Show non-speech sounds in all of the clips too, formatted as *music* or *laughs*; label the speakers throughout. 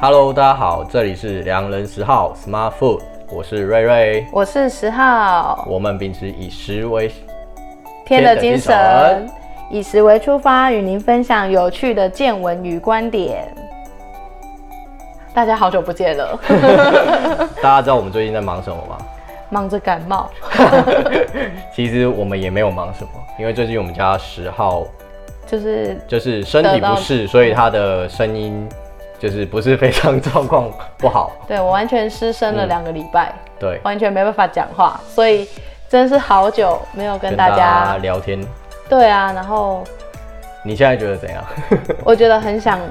Speaker 1: Hello，大家好，这里是良人十号 Smart Food，我是瑞瑞。
Speaker 2: 我是十号，
Speaker 1: 我们秉持以食为
Speaker 2: 天的精
Speaker 1: 天的精
Speaker 2: 神，以食为出发，与您分享有趣的见闻与观点。大家好久不见 *laughs* 了，
Speaker 1: 大家知道我们最近在忙什么吗？
Speaker 2: 忙着感冒，
Speaker 1: 其实我们也没有忙什么，因为最近我们家十号
Speaker 2: 就是
Speaker 1: 就是身体不适，所以他的声音就是不是非常状况不
Speaker 2: *laughs*
Speaker 1: 好。
Speaker 2: 对我完全失声了两个礼拜，
Speaker 1: 对，
Speaker 2: 完全没办法讲话，所以真是好久没有跟大家
Speaker 1: 聊天，
Speaker 2: 对啊，然后
Speaker 1: 你现在觉得怎样？ *laughs*
Speaker 2: 我觉得很想。 *laughs*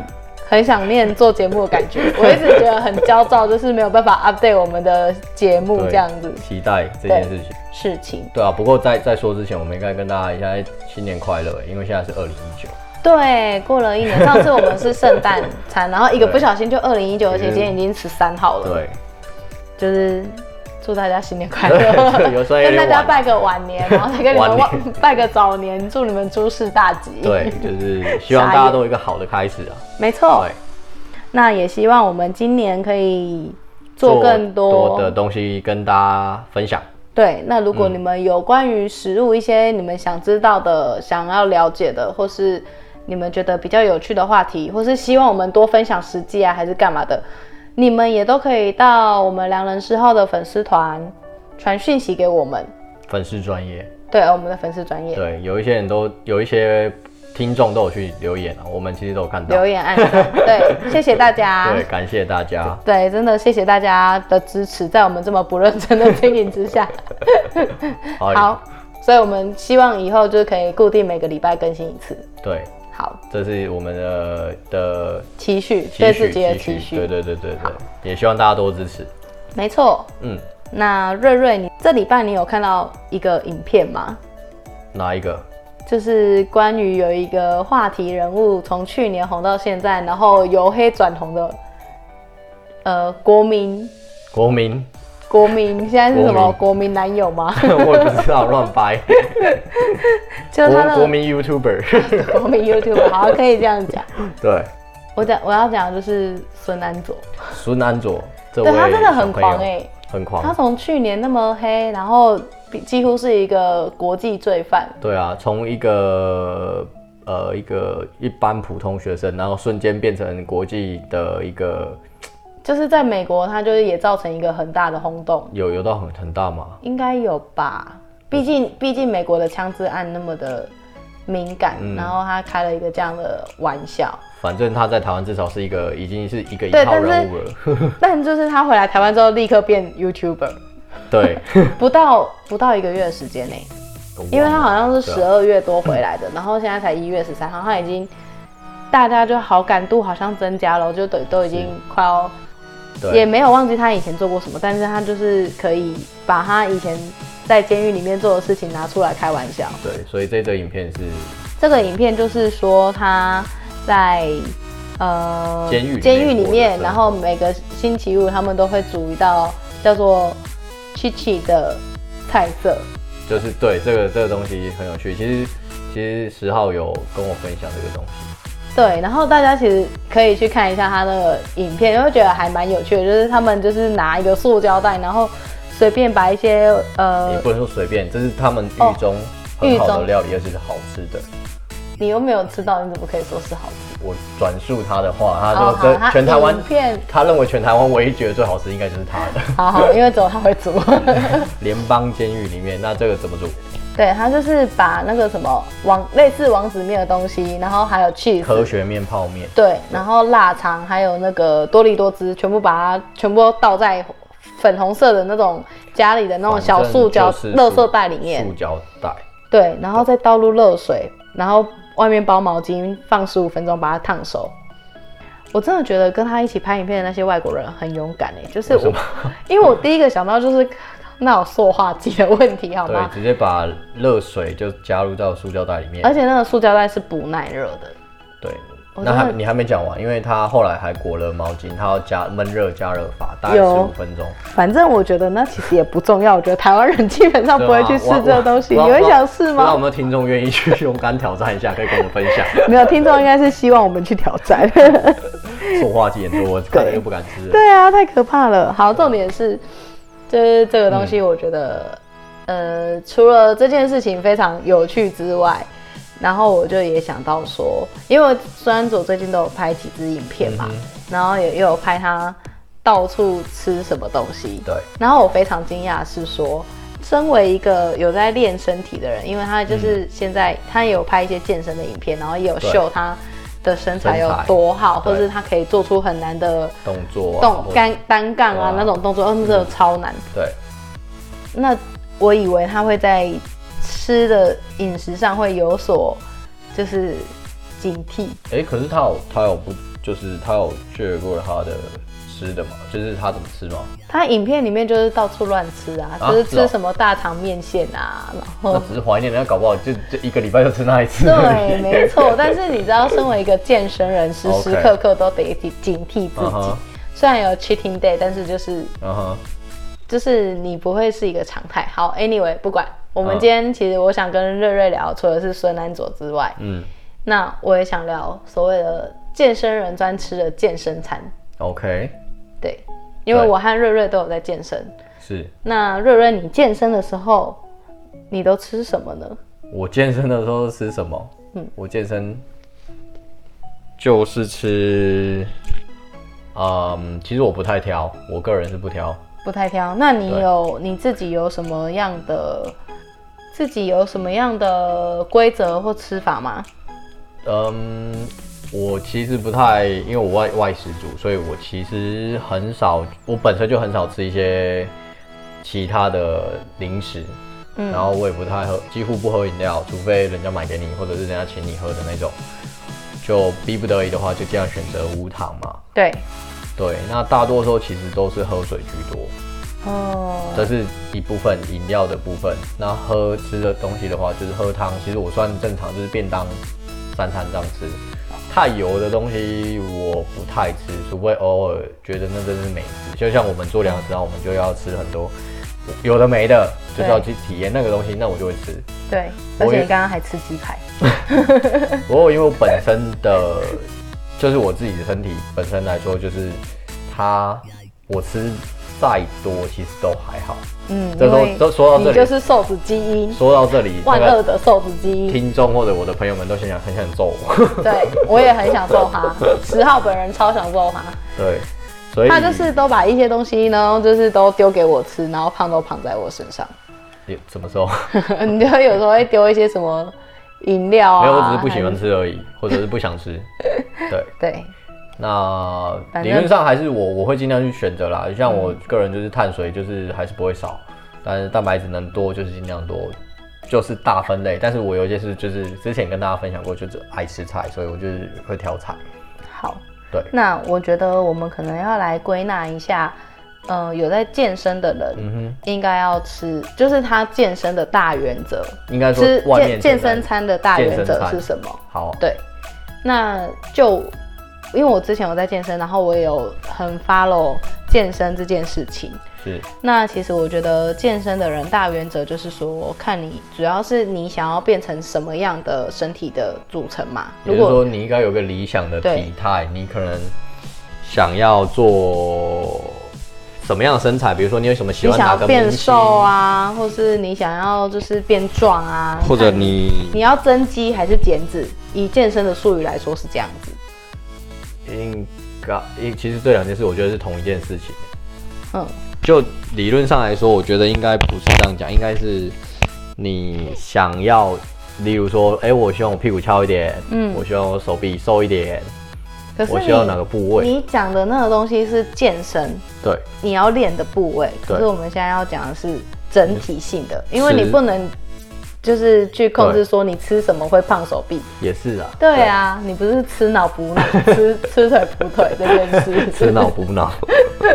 Speaker 2: 很想念做节目的感觉，我一直觉得很焦躁，就是没有办法 update 我们的节目
Speaker 1: 对
Speaker 2: 这样子
Speaker 1: 期待这件事情。
Speaker 2: 事情。
Speaker 1: 对啊，不过在在说之前，我们应该跟大家一下哎新年快乐，因为现在是二零一九。
Speaker 2: 对，过了一
Speaker 1: *laughs*
Speaker 2: 年，上次我们是圣诞餐，然后一个
Speaker 1: 对
Speaker 2: 不小心就二零一九，而且
Speaker 1: 嗯
Speaker 2: 今天已经十三号了。 *laughs*
Speaker 1: 对，
Speaker 2: 就是祝大家新年快
Speaker 1: 对 *laughs*
Speaker 2: 乐，
Speaker 1: 有时候有
Speaker 2: 跟
Speaker 1: 点
Speaker 2: 大家
Speaker 1: 晚
Speaker 2: 拜个晚年，然后再
Speaker 1: *laughs*
Speaker 2: 跟你们
Speaker 1: 晚
Speaker 2: 望
Speaker 1: 年
Speaker 2: *laughs* 拜个早年，祝你们诸事大吉。
Speaker 1: 对，，就是希望大家都有一个好的开始啊。
Speaker 2: *laughs* 没错
Speaker 1: 对。
Speaker 2: 那也希望我们今年可以做更多
Speaker 1: 的东西跟大家分享。
Speaker 2: 对，那如果你们有关于食物一些你们想知道的、想要了解的，或是你们觉得比较有趣的话题，或是希望我们多分享实际啊，还是干嘛的，你们也都可以到我们良人嗜号的粉丝团传讯息给我们。
Speaker 1: 粉丝专业，
Speaker 2: 对，我们的粉丝专业
Speaker 1: 对，有一些人都有一些听众都有去留言啊，我们其实都有看到
Speaker 2: 留。言按啊赞，对，谢谢大家。
Speaker 1: 对，感谢大家。
Speaker 2: 对，真的谢谢大家的支持，在我们这么不认真的经营之下，
Speaker 1: 好
Speaker 2: 好，所以我们希望以后就是可以固定每个礼拜更新一次。
Speaker 1: 对，
Speaker 2: 好，
Speaker 1: 这是我们的的
Speaker 2: 期许，
Speaker 1: 期
Speaker 2: 对自
Speaker 1: 许，
Speaker 2: 己的
Speaker 1: 期许，
Speaker 2: 期许，
Speaker 1: 对对对对对，也希望大家多支持。
Speaker 2: 没错。
Speaker 1: 嗯，
Speaker 2: 那瑞瑞，你这礼拜你有看到一个影片吗？
Speaker 1: 哪一个？
Speaker 2: 就是关于有一个话题人物从去年红到现在，然后由黑转红的，呃，国民
Speaker 1: 国民， *laughs*
Speaker 2: 国民现在是
Speaker 1: 国
Speaker 2: 什么
Speaker 1: 民？
Speaker 2: 国民男友吗
Speaker 1: 我也不知道，乱掰。
Speaker 2: *laughs* 就是他
Speaker 1: 国国
Speaker 2: 的
Speaker 1: 民 YouTuber，*laughs*
Speaker 2: *laughs* 国民 YouTube，好像可以这样讲。
Speaker 1: 对，
Speaker 2: 我讲我要讲的就是孙安佐，
Speaker 1: 孙安佐，这位
Speaker 2: 对他真的很
Speaker 1: 小朋友
Speaker 2: 狂哎、
Speaker 1: 很
Speaker 2: 他
Speaker 1: 狂。
Speaker 2: 从去年那么黑，然后比几乎是一个国际罪犯，
Speaker 1: 对啊，从一个呃一个一般普通学生，然后瞬间变成国际的一个
Speaker 2: 就是在美国，它就是也造成一个很大的轰动，
Speaker 1: 有有到很很大嘛，
Speaker 2: 应该有吧？毕竟毕竟美国的枪支案那么的敏感，然后他开了一个这样的玩笑， *laughs*
Speaker 1: 反正他在台湾至少是一个已经是一个一
Speaker 2: 对
Speaker 1: 号
Speaker 2: 但是
Speaker 1: 人物了。
Speaker 2: 但就是他回来台湾之后立刻变 YouTuber，
Speaker 1: *laughs* 对，
Speaker 2: 不到不到一个月的时间内， *laughs* 因为他好像是十二月多回来的，然后现在才一月十三号，他已经大家就好感度好像增加了，就都都已经快要也
Speaker 1: 对
Speaker 2: 没有忘记他以前做过什么，但是他就是可以把他以前在监狱里面做的事情拿出来开玩笑。
Speaker 1: 对，所以这则影片是
Speaker 2: 这个影片就是说他在呃
Speaker 1: 监狱里面
Speaker 2: 监狱里
Speaker 1: 过
Speaker 2: 面，
Speaker 1: 的
Speaker 2: 然后每个星期五他们都会煮一道叫做 “chichi” 的菜色。
Speaker 1: 就是对这个这个东西很有趣。其实其实十号有跟我分享这个东西，
Speaker 2: 对，然后大家其实可以去看一下他的影片，因为觉得还蛮有趣的。就是他们就是拿一个塑胶袋，然后随便把一些呃
Speaker 1: 也不能说随便，这是他们狱中很好
Speaker 2: 哦狱
Speaker 1: 的
Speaker 2: 中
Speaker 1: 料理，而且是好吃的。
Speaker 2: 你又没有吃到，你怎么可以说是好吃？
Speaker 1: 我转述他的话，他
Speaker 2: 哦
Speaker 1: 说
Speaker 2: 好
Speaker 1: 这全台湾
Speaker 2: 影片，
Speaker 1: 他认为全台湾唯一觉得最好吃应该就是他
Speaker 2: *laughs*
Speaker 1: 的
Speaker 2: 好好，因为只有他会
Speaker 1: *laughs*
Speaker 2: 煮。
Speaker 1: 联邦监狱里面。那这个怎么煮？
Speaker 2: 对他就是把那个什么王类似王子面的东西，然后还有 cheese，
Speaker 1: 科学面泡面，
Speaker 2: 对，然后腊肠还有那个多利多汁，全部把它全部都倒在粉红色的那种家里的那种小塑胶
Speaker 1: 反正
Speaker 2: 垃
Speaker 1: 就是
Speaker 2: 圾袋里面
Speaker 1: 塑，胶袋，
Speaker 2: 对，然后再倒入热水，然后外面包毛巾放十五分钟把它烫熟。我真的觉得跟他一起拍影片的那些外国人很勇敢哎、就是
Speaker 1: 为什
Speaker 2: 我
Speaker 1: 么，
Speaker 2: 因为我第一个想到就是那种塑化剂的问题，好吗
Speaker 1: 对，？直接把热水就加入到塑胶袋里面
Speaker 2: 而，且那个塑胶袋是不耐热的，
Speaker 1: 对，
Speaker 2: 呃我
Speaker 1: 那
Speaker 2: 真
Speaker 1: 还
Speaker 2: 的
Speaker 1: 你还没讲完，因为他后来还裹了毛巾，他要加闷热加热法，大概
Speaker 2: 有
Speaker 1: 十五分钟。
Speaker 2: 反正我觉得那其实也不重要，我觉得台湾人基本上不
Speaker 1: 对
Speaker 2: 会
Speaker 1: 吗
Speaker 2: 去试
Speaker 1: 我
Speaker 2: 这个
Speaker 1: 啊我
Speaker 2: 东西，你
Speaker 1: 不知道
Speaker 2: 会想试
Speaker 1: 不知道有
Speaker 2: 吗？
Speaker 1: 没有听众愿意去勇敢挑战一下，可以跟我们分享。
Speaker 2: 没有，听众应该是希望我们去挑战。
Speaker 1: 塑化剂很多，我可能又不敢吃了。
Speaker 2: 对啊，太可怕了。好，重点是，就是这个东西，
Speaker 1: 嗯
Speaker 2: 我觉得，呃，除了这件事情非常有趣之外，然后我就也想到说，因为虽然我最近都有拍几支影片嘛，
Speaker 1: 嗯
Speaker 2: 然后也也有拍他到处吃什么东西，
Speaker 1: 对，
Speaker 2: 然后我非常惊讶的是说，身为一个有在练身体的人，因为他就是现在、他也有拍一些健身的影片，然后也有
Speaker 1: 嗯对
Speaker 2: 秀他的身材有
Speaker 1: 身材
Speaker 2: 多好，或
Speaker 1: 对
Speaker 2: 是他可以做出很难的
Speaker 1: 动作啊
Speaker 2: 动
Speaker 1: 或者
Speaker 2: 干单杠
Speaker 1: 对
Speaker 2: 啊
Speaker 1: 啊
Speaker 2: 那种动作，哦，那真的超难。
Speaker 1: 对，
Speaker 2: 那我以为他会在吃的饮食上会有所就是警惕，
Speaker 1: 哎、可是他有他有不就是他有 share 过他的吃的嘛？就是他怎么吃吗？
Speaker 2: 他影片里面就是到处乱吃啊，
Speaker 1: 啊
Speaker 2: 就是
Speaker 1: 是
Speaker 2: 吃
Speaker 1: 哦
Speaker 2: 什么大肠面线啊，然
Speaker 1: 那 *laughs*
Speaker 2: 后
Speaker 1: 只是怀念，那搞不好就就一个礼拜就吃那一次。
Speaker 2: 对，没错。但是你知道，身为一个健身人，时时
Speaker 1: OK
Speaker 2: 刻刻都得警警惕自
Speaker 1: *laughs* 嗯
Speaker 2: 己
Speaker 1: 哼。
Speaker 2: 虽然有 cheating day，但是就是
Speaker 1: 嗯哼，
Speaker 2: 就是你不会是一个常态。好，anyway，不管。我们
Speaker 1: 嗯
Speaker 2: 今天其实我想跟瑞瑞聊，除了是孙安佐之外，
Speaker 1: 嗯
Speaker 2: 那我也想聊所谓的健身人专吃的健身餐。
Speaker 1: ，OK，
Speaker 2: 对，因为
Speaker 1: 对
Speaker 2: 我和瑞瑞都有在健身。
Speaker 1: 是
Speaker 2: 那瑞瑞，你健身的时候，你都吃什么呢？
Speaker 1: 我健身的时候吃什么？
Speaker 2: 嗯
Speaker 1: 嗯，我健身就是吃，嗯，其实我不太挑，我个人是不挑。
Speaker 2: 不太挑。那你
Speaker 1: 对
Speaker 2: 有你自己有什么样的，自己有什么样的规则或吃法吗？
Speaker 1: 嗯，我其实不太，因为我外外食族，所以我其实很少，我本身就很少吃一些其他的零食，
Speaker 2: 嗯
Speaker 1: 然后我也不太喝，几乎不喝饮料，除非人家买给你，或者是人家请你喝的那种，就逼不得已的话，就这样选择无糖嘛。
Speaker 2: 对，
Speaker 1: 对，那大多数其实都是喝水居多，
Speaker 2: 哦，
Speaker 1: 这是一部分饮料的部分。那喝吃的东西的话，就是喝汤，其实我算正常，就是便当三餐这样吃。太油的东西我不太吃，除非偶尔觉得那真是美食。就像我们做粮食啊，我们就要吃很多有的没的，就是要去体验那个东西，那我就会
Speaker 2: *laughs*
Speaker 1: 吃。
Speaker 2: 对，
Speaker 1: 我
Speaker 2: 而且
Speaker 1: 也
Speaker 2: 你刚刚还吃鸡排，
Speaker 1: 不过因为我本身的，就是我自己的身体本身来说，就是它我吃再多其实都还好。
Speaker 2: 嗯，
Speaker 1: 这时候
Speaker 2: 因为
Speaker 1: 这说到这
Speaker 2: 你
Speaker 1: 里
Speaker 2: 就是瘦子基因，
Speaker 1: 说到这里，
Speaker 2: 万
Speaker 1: 那个
Speaker 2: 恶的瘦子基因。
Speaker 1: 听众或者我的朋友们都很想很想揍我。 *laughs*
Speaker 2: 对，我也很想揍他，十号本人超想揍他，
Speaker 1: 对，所以
Speaker 2: 他就是都把一些东西呢，就是都丢给我吃，然后胖都胖在我身上。 *laughs*
Speaker 1: 也什么时候、
Speaker 2: 你就有时候会丢一些什么饮料啊，
Speaker 1: 没有，我只是不喜
Speaker 2: 还
Speaker 1: 欢吃而已，或者是不想
Speaker 2: *laughs*
Speaker 1: 吃。对，
Speaker 2: 对，
Speaker 1: 那
Speaker 2: 反
Speaker 1: 理
Speaker 2: 正嗯
Speaker 1: 论上还是我我会尽量去选择啦。像我个人就是碳水就是还是不会少，但是蛋白质能多就是尽量多，就是大分类。但是我有一些是就是之前跟大家分享过，就是爱吃菜，所以我就是会挑菜。
Speaker 2: 好，
Speaker 1: 对，
Speaker 2: 那我觉得我们可能要来归纳一下，呃，有在健身的人
Speaker 1: 嗯哼，
Speaker 2: 应该要吃，就是他健身的大原则，
Speaker 1: 应该说
Speaker 2: 吃
Speaker 1: 外
Speaker 2: 健
Speaker 1: 面
Speaker 2: 健
Speaker 1: 简单
Speaker 2: 身餐的大原
Speaker 1: 健身
Speaker 2: 则
Speaker 1: 餐
Speaker 2: 是什么？
Speaker 1: 好，
Speaker 2: 对，那就因为我之前有在健身，然后我也有很 follow 健身这件事情。
Speaker 1: 是
Speaker 2: 那其实我觉得健身的人大原则就是说，看你主要是你想要变成什么样的身体的组成嘛。
Speaker 1: 也
Speaker 2: 如
Speaker 1: 就是
Speaker 2: 果
Speaker 1: 说，你应该有个理想的
Speaker 2: 对
Speaker 1: 体态，你可能想要做什么样的身材？比如说，你有什么喜
Speaker 2: 你
Speaker 1: 欢
Speaker 2: 想
Speaker 1: 哪
Speaker 2: 要
Speaker 1: 个
Speaker 2: 变
Speaker 1: 明星
Speaker 2: 瘦，啊，或是你想要就是变壮啊，
Speaker 1: 或者
Speaker 2: 看
Speaker 1: 你
Speaker 2: 你要增肌还是减脂，以健身的术语来说是这样子。
Speaker 1: 应该，其实这两件事我觉得是同一件事情。
Speaker 2: 嗯，
Speaker 1: 就理论上来说，我觉得应该不是这样讲，应该是你想要，例如说，哎、我希望我屁股翘一点，
Speaker 2: 嗯
Speaker 1: 嗯，我希望我手臂瘦一点，
Speaker 2: 可是
Speaker 1: 我
Speaker 2: 你
Speaker 1: 需要哪个部位
Speaker 2: 你讲的那个东西是健身，
Speaker 1: 对，
Speaker 2: 你要练的部位，
Speaker 1: 对
Speaker 2: 可是我们现在要讲的是整体性的，因为你
Speaker 1: 是
Speaker 2: 不能就是去控制
Speaker 1: 对
Speaker 2: 说你吃什么会胖手臂。
Speaker 1: 也是啊，
Speaker 2: 对啊，你不是吃脑补
Speaker 1: *laughs*
Speaker 2: 脑，吃吃腿补腿这件事。
Speaker 1: 对，吃脑补脑，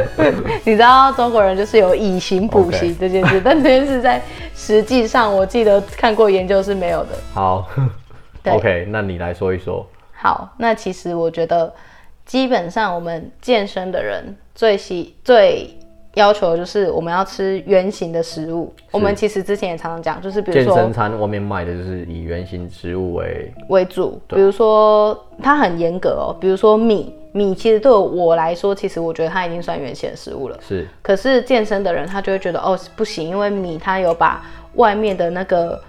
Speaker 2: *laughs* 你知道中国人就是有以形补
Speaker 1: OK
Speaker 2: 形这件事但这件事在实际上我记得看过研究是没有的。
Speaker 1: 好
Speaker 2: 对
Speaker 1: ，OK，那你来说一说。
Speaker 2: 好，那其实我觉得，基本上我们健身的人最喜最要求的就是我们要吃圆形的食物。我们其实之前也常常讲，就是比如
Speaker 1: 健身
Speaker 2: 说
Speaker 1: 餐外面卖的就是以圆形植物为
Speaker 2: 为主，比如说它很严格哦，比如说米，米其实对我来说，其实我觉得它已经算圆形的食物了。
Speaker 1: 是
Speaker 2: 可是健身的人他就会觉得哦不行，因为米它有把外面的那个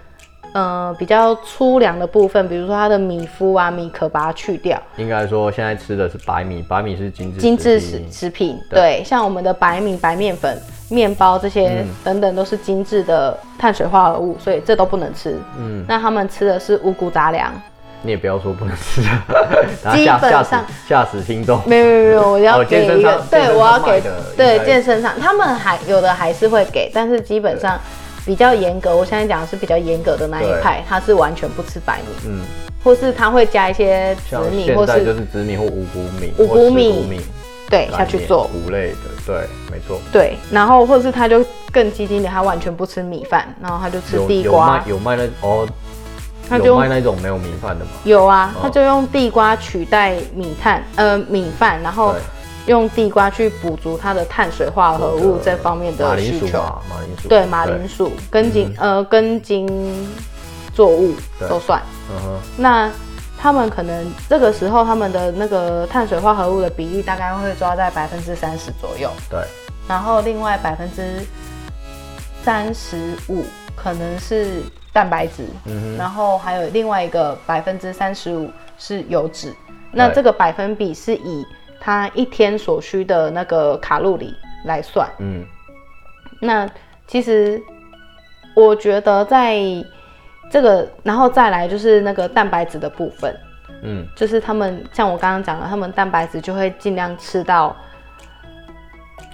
Speaker 2: 呃比较粗粮的部分，比如说它的米麸啊、米壳把它去掉，
Speaker 1: 应该说现在吃的是白米，白米是精致
Speaker 2: 精致
Speaker 1: 食
Speaker 2: 食
Speaker 1: 品
Speaker 2: 食品，对，像我们的白米、白面粉、面包这些、
Speaker 1: 嗯
Speaker 2: 等等都是精致的碳水化合物，所以这都不能吃。嗯，那他们吃的是五谷杂粮。
Speaker 1: 你也不要说不能
Speaker 2: *laughs*
Speaker 1: 吃，然后
Speaker 2: 基
Speaker 1: 吓
Speaker 2: 本
Speaker 1: 吓死
Speaker 2: 上
Speaker 1: 吓死听众。
Speaker 2: 没有没有没有，我要
Speaker 1: 哦健
Speaker 2: 给
Speaker 1: 身
Speaker 2: 一个
Speaker 1: 上，健
Speaker 2: 对
Speaker 1: 身
Speaker 2: 我要
Speaker 1: 上卖
Speaker 2: 给
Speaker 1: 的应
Speaker 2: 对
Speaker 1: 该
Speaker 2: 健身上，他们还有的还是会给，但是基本上比较严格。我现在讲的是比较严格的那一
Speaker 1: 对
Speaker 2: 派，他是完全不吃白米，
Speaker 1: 嗯，
Speaker 2: 或是他会加一些紫
Speaker 1: 像
Speaker 2: 米
Speaker 1: 现
Speaker 2: 或
Speaker 1: 在就是是紫米或五谷米、
Speaker 2: 五
Speaker 1: 或
Speaker 2: 谷
Speaker 1: 十
Speaker 2: 米
Speaker 1: 谷米
Speaker 2: 对
Speaker 1: 来
Speaker 2: 下去
Speaker 1: 面
Speaker 2: 做。
Speaker 1: 谷类的，对，没错。
Speaker 2: 对，然后或是他就更激进点，他完全不吃米饭，然后他就吃
Speaker 1: 有
Speaker 2: 地
Speaker 1: 有
Speaker 2: 瓜
Speaker 1: 卖，有卖那哦，
Speaker 2: 他就
Speaker 1: 有卖
Speaker 2: 用
Speaker 1: 那种没有米饭的吗？
Speaker 2: 有啊
Speaker 1: 哦，
Speaker 2: 他就用地瓜取代米碳，呃，米饭，然后
Speaker 1: 对
Speaker 2: 用地瓜去补足它的碳水化合物这方面
Speaker 1: 马
Speaker 2: 的
Speaker 1: 铃
Speaker 2: 需
Speaker 1: 薯
Speaker 2: 求。
Speaker 1: 嘛，马铃薯
Speaker 2: 对，马铃，薯、根茎、呃根茎作物
Speaker 1: 对
Speaker 2: 都算。
Speaker 1: 嗯哼，
Speaker 2: 那他们可能这个时候他们的那个碳水化合物的比例大概会抓在百分之三十左右，
Speaker 1: 对，
Speaker 2: 然后另外百分之三十五可能是蛋白质，然后还有另外一个百分之三十五是油脂。那
Speaker 1: 对
Speaker 2: 这个百分比是以它一天所需的那个卡路里来算。
Speaker 1: 嗯，
Speaker 2: 那其实我觉得在这个，然后再来就是那个蛋白质的部分，
Speaker 1: 嗯，
Speaker 2: 就是他们像我刚刚讲的，他们蛋白质就会尽量吃到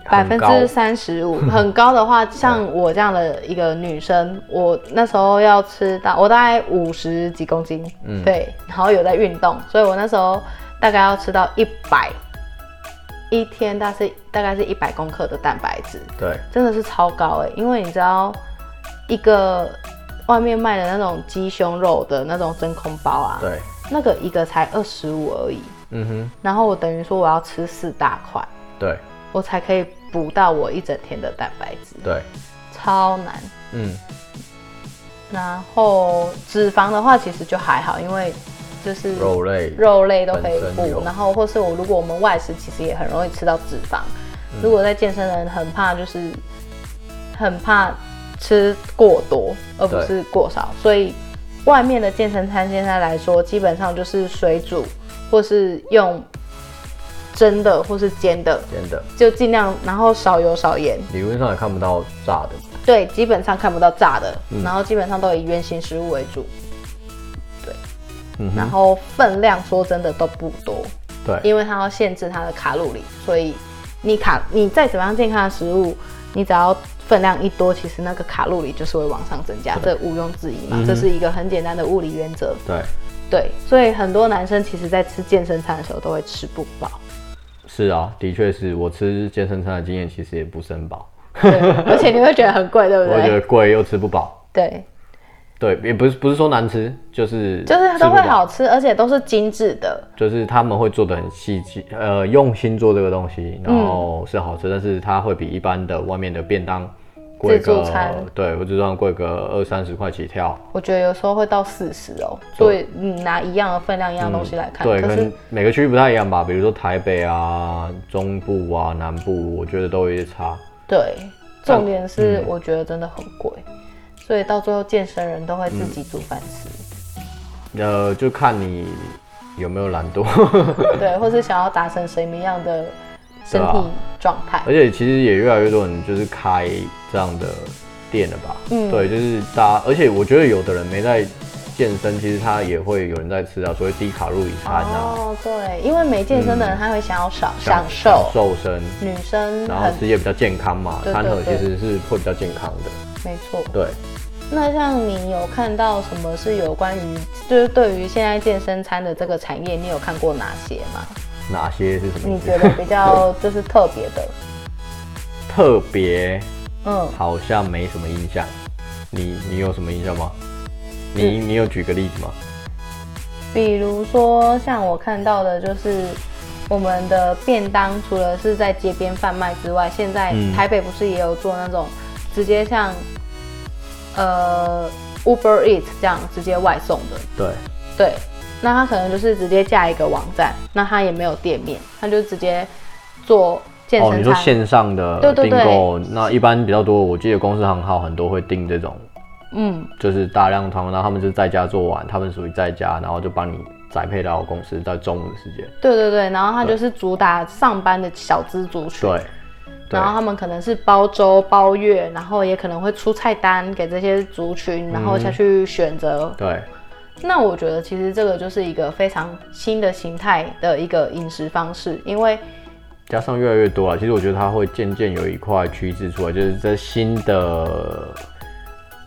Speaker 2: 百
Speaker 1: 很
Speaker 2: 分
Speaker 1: 高
Speaker 2: 之三十
Speaker 1: *laughs*
Speaker 2: 五，很高的话，像我这样的一个女生，我那时候要吃到我大概五十几公斤，
Speaker 1: 嗯
Speaker 2: 对，然后有在运动，所以我那时候大概要吃到一百。一天大概是大概是一百公克的蛋白质，
Speaker 1: 对，
Speaker 2: 真的是超高哎、因为你知道一个外面卖的那种鸡胸肉的那种真空包啊，
Speaker 1: 对，
Speaker 2: 那个一个才二十五而已，
Speaker 1: 嗯哼，
Speaker 2: 然后我等于说我要吃四大块，
Speaker 1: 对，
Speaker 2: 我才可以补到我一整天的蛋白质，
Speaker 1: 对，
Speaker 2: 超难。
Speaker 1: 嗯，
Speaker 2: 然后脂肪的话其实就还好，因为就是
Speaker 1: 肉类，
Speaker 2: 肉类都可以
Speaker 1: 本身有
Speaker 2: 补，然后或是我如果我们外食，其实也很容易吃到脂肪。
Speaker 1: 嗯
Speaker 2: 如果在健身的人很怕就是很怕吃过多，而不
Speaker 1: 对
Speaker 2: 是过少，所以外面的健身餐现在来说，基本上就是水煮或是用蒸的或是煎的，
Speaker 1: 真的，
Speaker 2: 就尽量然后少油少盐，
Speaker 1: 理论上也看不到炸的，
Speaker 2: 对，基本上看不到炸的，
Speaker 1: 嗯
Speaker 2: 然后基本上都以圆形食物为主。对，
Speaker 1: 嗯哼
Speaker 2: 然后分量说真的都不多，
Speaker 1: 对，
Speaker 2: 因为它要限制它的卡路里，所以你卡你再怎么样健康的食物，你只要分量一多，其实那个卡路里就是会往上增加，这毋庸置疑嘛，
Speaker 1: 嗯
Speaker 2: 这是一个很简单的物理原则。
Speaker 1: 对，
Speaker 2: 对，所以很多男生其实在吃健身餐的时候都会吃不
Speaker 1: *laughs*
Speaker 2: 饱，
Speaker 1: 是啊，的确是我吃健身餐的经验其实也不是很饱，
Speaker 2: 对，而且你会觉得很贵，对不
Speaker 1: 我觉
Speaker 2: 对？
Speaker 1: 得贵又吃不饱，
Speaker 2: 对，
Speaker 1: 对，也不是不是说难吃，就是
Speaker 2: 就是它
Speaker 1: 吃
Speaker 2: 都
Speaker 1: 不
Speaker 2: 会
Speaker 1: 饱
Speaker 2: 好吃，而且都是精致的。
Speaker 1: 就是他们会做的很细致，呃，用心做这个东西，然后是好吃，但是它会比一般的外面的便当贵个
Speaker 2: 自助餐，
Speaker 1: 对，我就算贵个二三十块起跳，
Speaker 2: 我觉得有时候会到四十哦，所以你拿一样的分量、一样东西来看，
Speaker 1: 对，可
Speaker 2: 可是
Speaker 1: 能每个区域不太一样吧，比如说台北啊、中部啊、南部，我觉得都有一些差，
Speaker 2: 对，重点
Speaker 1: 嗯
Speaker 2: 是我觉得真的很贵，所以到最后健身人都会
Speaker 1: 嗯
Speaker 2: 自己煮饭吃，
Speaker 1: 呃，就看你有没有懒惰， *laughs*
Speaker 2: 对，或是想要达成什么样的身
Speaker 1: 对
Speaker 2: 体
Speaker 1: 啊
Speaker 2: 状态，
Speaker 1: 而且其实也越来越多人就是开这样的店了吧，嗯，对，就是大家，而且我觉得有的人没在。健身其实他也会有人在吃啊，所谓低卡路里餐啊，嗯
Speaker 2: 哦，对，因为没健身的人他会想要少享
Speaker 1: 享
Speaker 2: 受，
Speaker 1: 瘦身，
Speaker 2: 女生
Speaker 1: 然后
Speaker 2: 很
Speaker 1: 吃也比较健康嘛，
Speaker 2: 对对
Speaker 1: 餐盒其
Speaker 2: 对
Speaker 1: 实是会比较健康的，
Speaker 2: 没错。
Speaker 1: 对，
Speaker 2: 那像你有看到什么是有关于，就是对于现在健身餐的这个产业，你有看过哪些吗？
Speaker 1: 哪些是什么
Speaker 2: 你
Speaker 1: 意思？
Speaker 2: 觉得比较就是特别的？
Speaker 1: *laughs* 特别
Speaker 2: 嗯，
Speaker 1: 好像没什么印
Speaker 2: 嗯
Speaker 1: 象，你你有什么印象吗？你你有举个例子吗？
Speaker 2: 比如说像我看到的，就是我们的便当，除了是在街边贩卖之外，现在
Speaker 1: 嗯
Speaker 2: 台北不是也有做那种直接像呃 Uber Eat 这样直接外送的，
Speaker 1: 对，
Speaker 2: 对，那他可能就是直接架一个网站，那他也没有店面，他就直接做健
Speaker 1: 哦，你
Speaker 2: 身
Speaker 1: 说
Speaker 2: 餐。
Speaker 1: 线上的
Speaker 2: 对对
Speaker 1: 订
Speaker 2: 对
Speaker 1: 购，那一般比较多，我记得公司行号很多会订这种，
Speaker 2: 嗯，
Speaker 1: 就是大量团，然后他们就在家做完，他们属于在家，然后就帮你宅配到公司，在中午的时间。
Speaker 2: 对对对，然后他就是主打上班的小资族群。
Speaker 1: 对，对
Speaker 2: 然，后他们可能是包周、包月，然后也可能会出菜单给这些族群，然后下去选择。
Speaker 1: 对，
Speaker 2: 那我觉得其实这个就是一个非常新的形态的一个饮食方式，因为
Speaker 1: 加上越来越多了，其实我觉得它会渐渐有一块趋势出来，就是这新的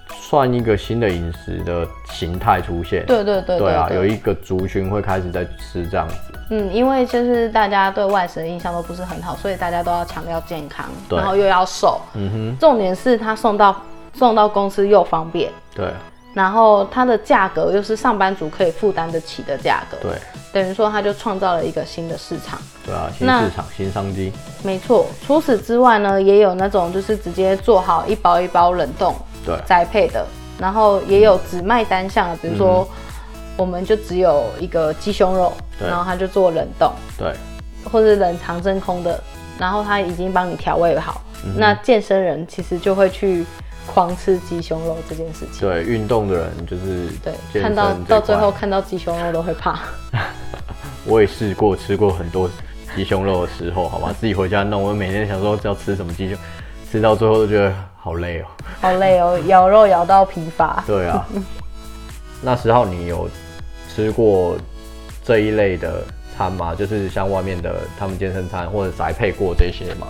Speaker 1: 算一个新的饮食的形态出现。
Speaker 2: 对对对
Speaker 1: 对啊，
Speaker 2: 对
Speaker 1: 有一个族群会开始在吃这样子。
Speaker 2: 嗯，因为就是大家对外食的印象都不是很好，所以大家都要强调健康，
Speaker 1: 对
Speaker 2: 然后又要瘦。
Speaker 1: 嗯哼，
Speaker 2: 重点是它送到送到公司又方便，
Speaker 1: 对啊
Speaker 2: 然后它的价格又是上班族可以负担得起的价格，
Speaker 1: 对
Speaker 2: 等于说它就创造了一个新的市场。
Speaker 1: 对啊，新
Speaker 2: 那
Speaker 1: 市场、新商机。
Speaker 2: 没错，除此之外呢，也有那种就是直接做好一包一包冷冻
Speaker 1: 对
Speaker 2: 栽培的，然后也有只卖单项的，比如说、我们就只有一个鸡胸肉，
Speaker 1: 嗯对
Speaker 2: 然后它就做冷冻
Speaker 1: 对
Speaker 2: 或者冷藏真空的，然后它已经帮你调味好。
Speaker 1: 嗯
Speaker 2: 那健身人其实就会去狂吃鸡胸肉这件事情，
Speaker 1: 对，运动的人就是
Speaker 2: 对，
Speaker 1: 健
Speaker 2: 看到
Speaker 1: 身这
Speaker 2: 到
Speaker 1: 一
Speaker 2: 最
Speaker 1: 块
Speaker 2: 后，看到鸡胸肉都会怕。 *laughs*
Speaker 1: 我也试过吃过很多鸡胸肉的时候，好
Speaker 2: *laughs*
Speaker 1: 吧，自己回家弄，我每天想说要吃什么鸡胸，吃到最后都觉得好累
Speaker 2: *laughs*
Speaker 1: 哦、
Speaker 2: 好累哦，咬肉咬到疲乏。
Speaker 1: 对啊，那时候你有吃过这一类的餐吗？就是像外面的他们健身餐或者宅配过这些吗？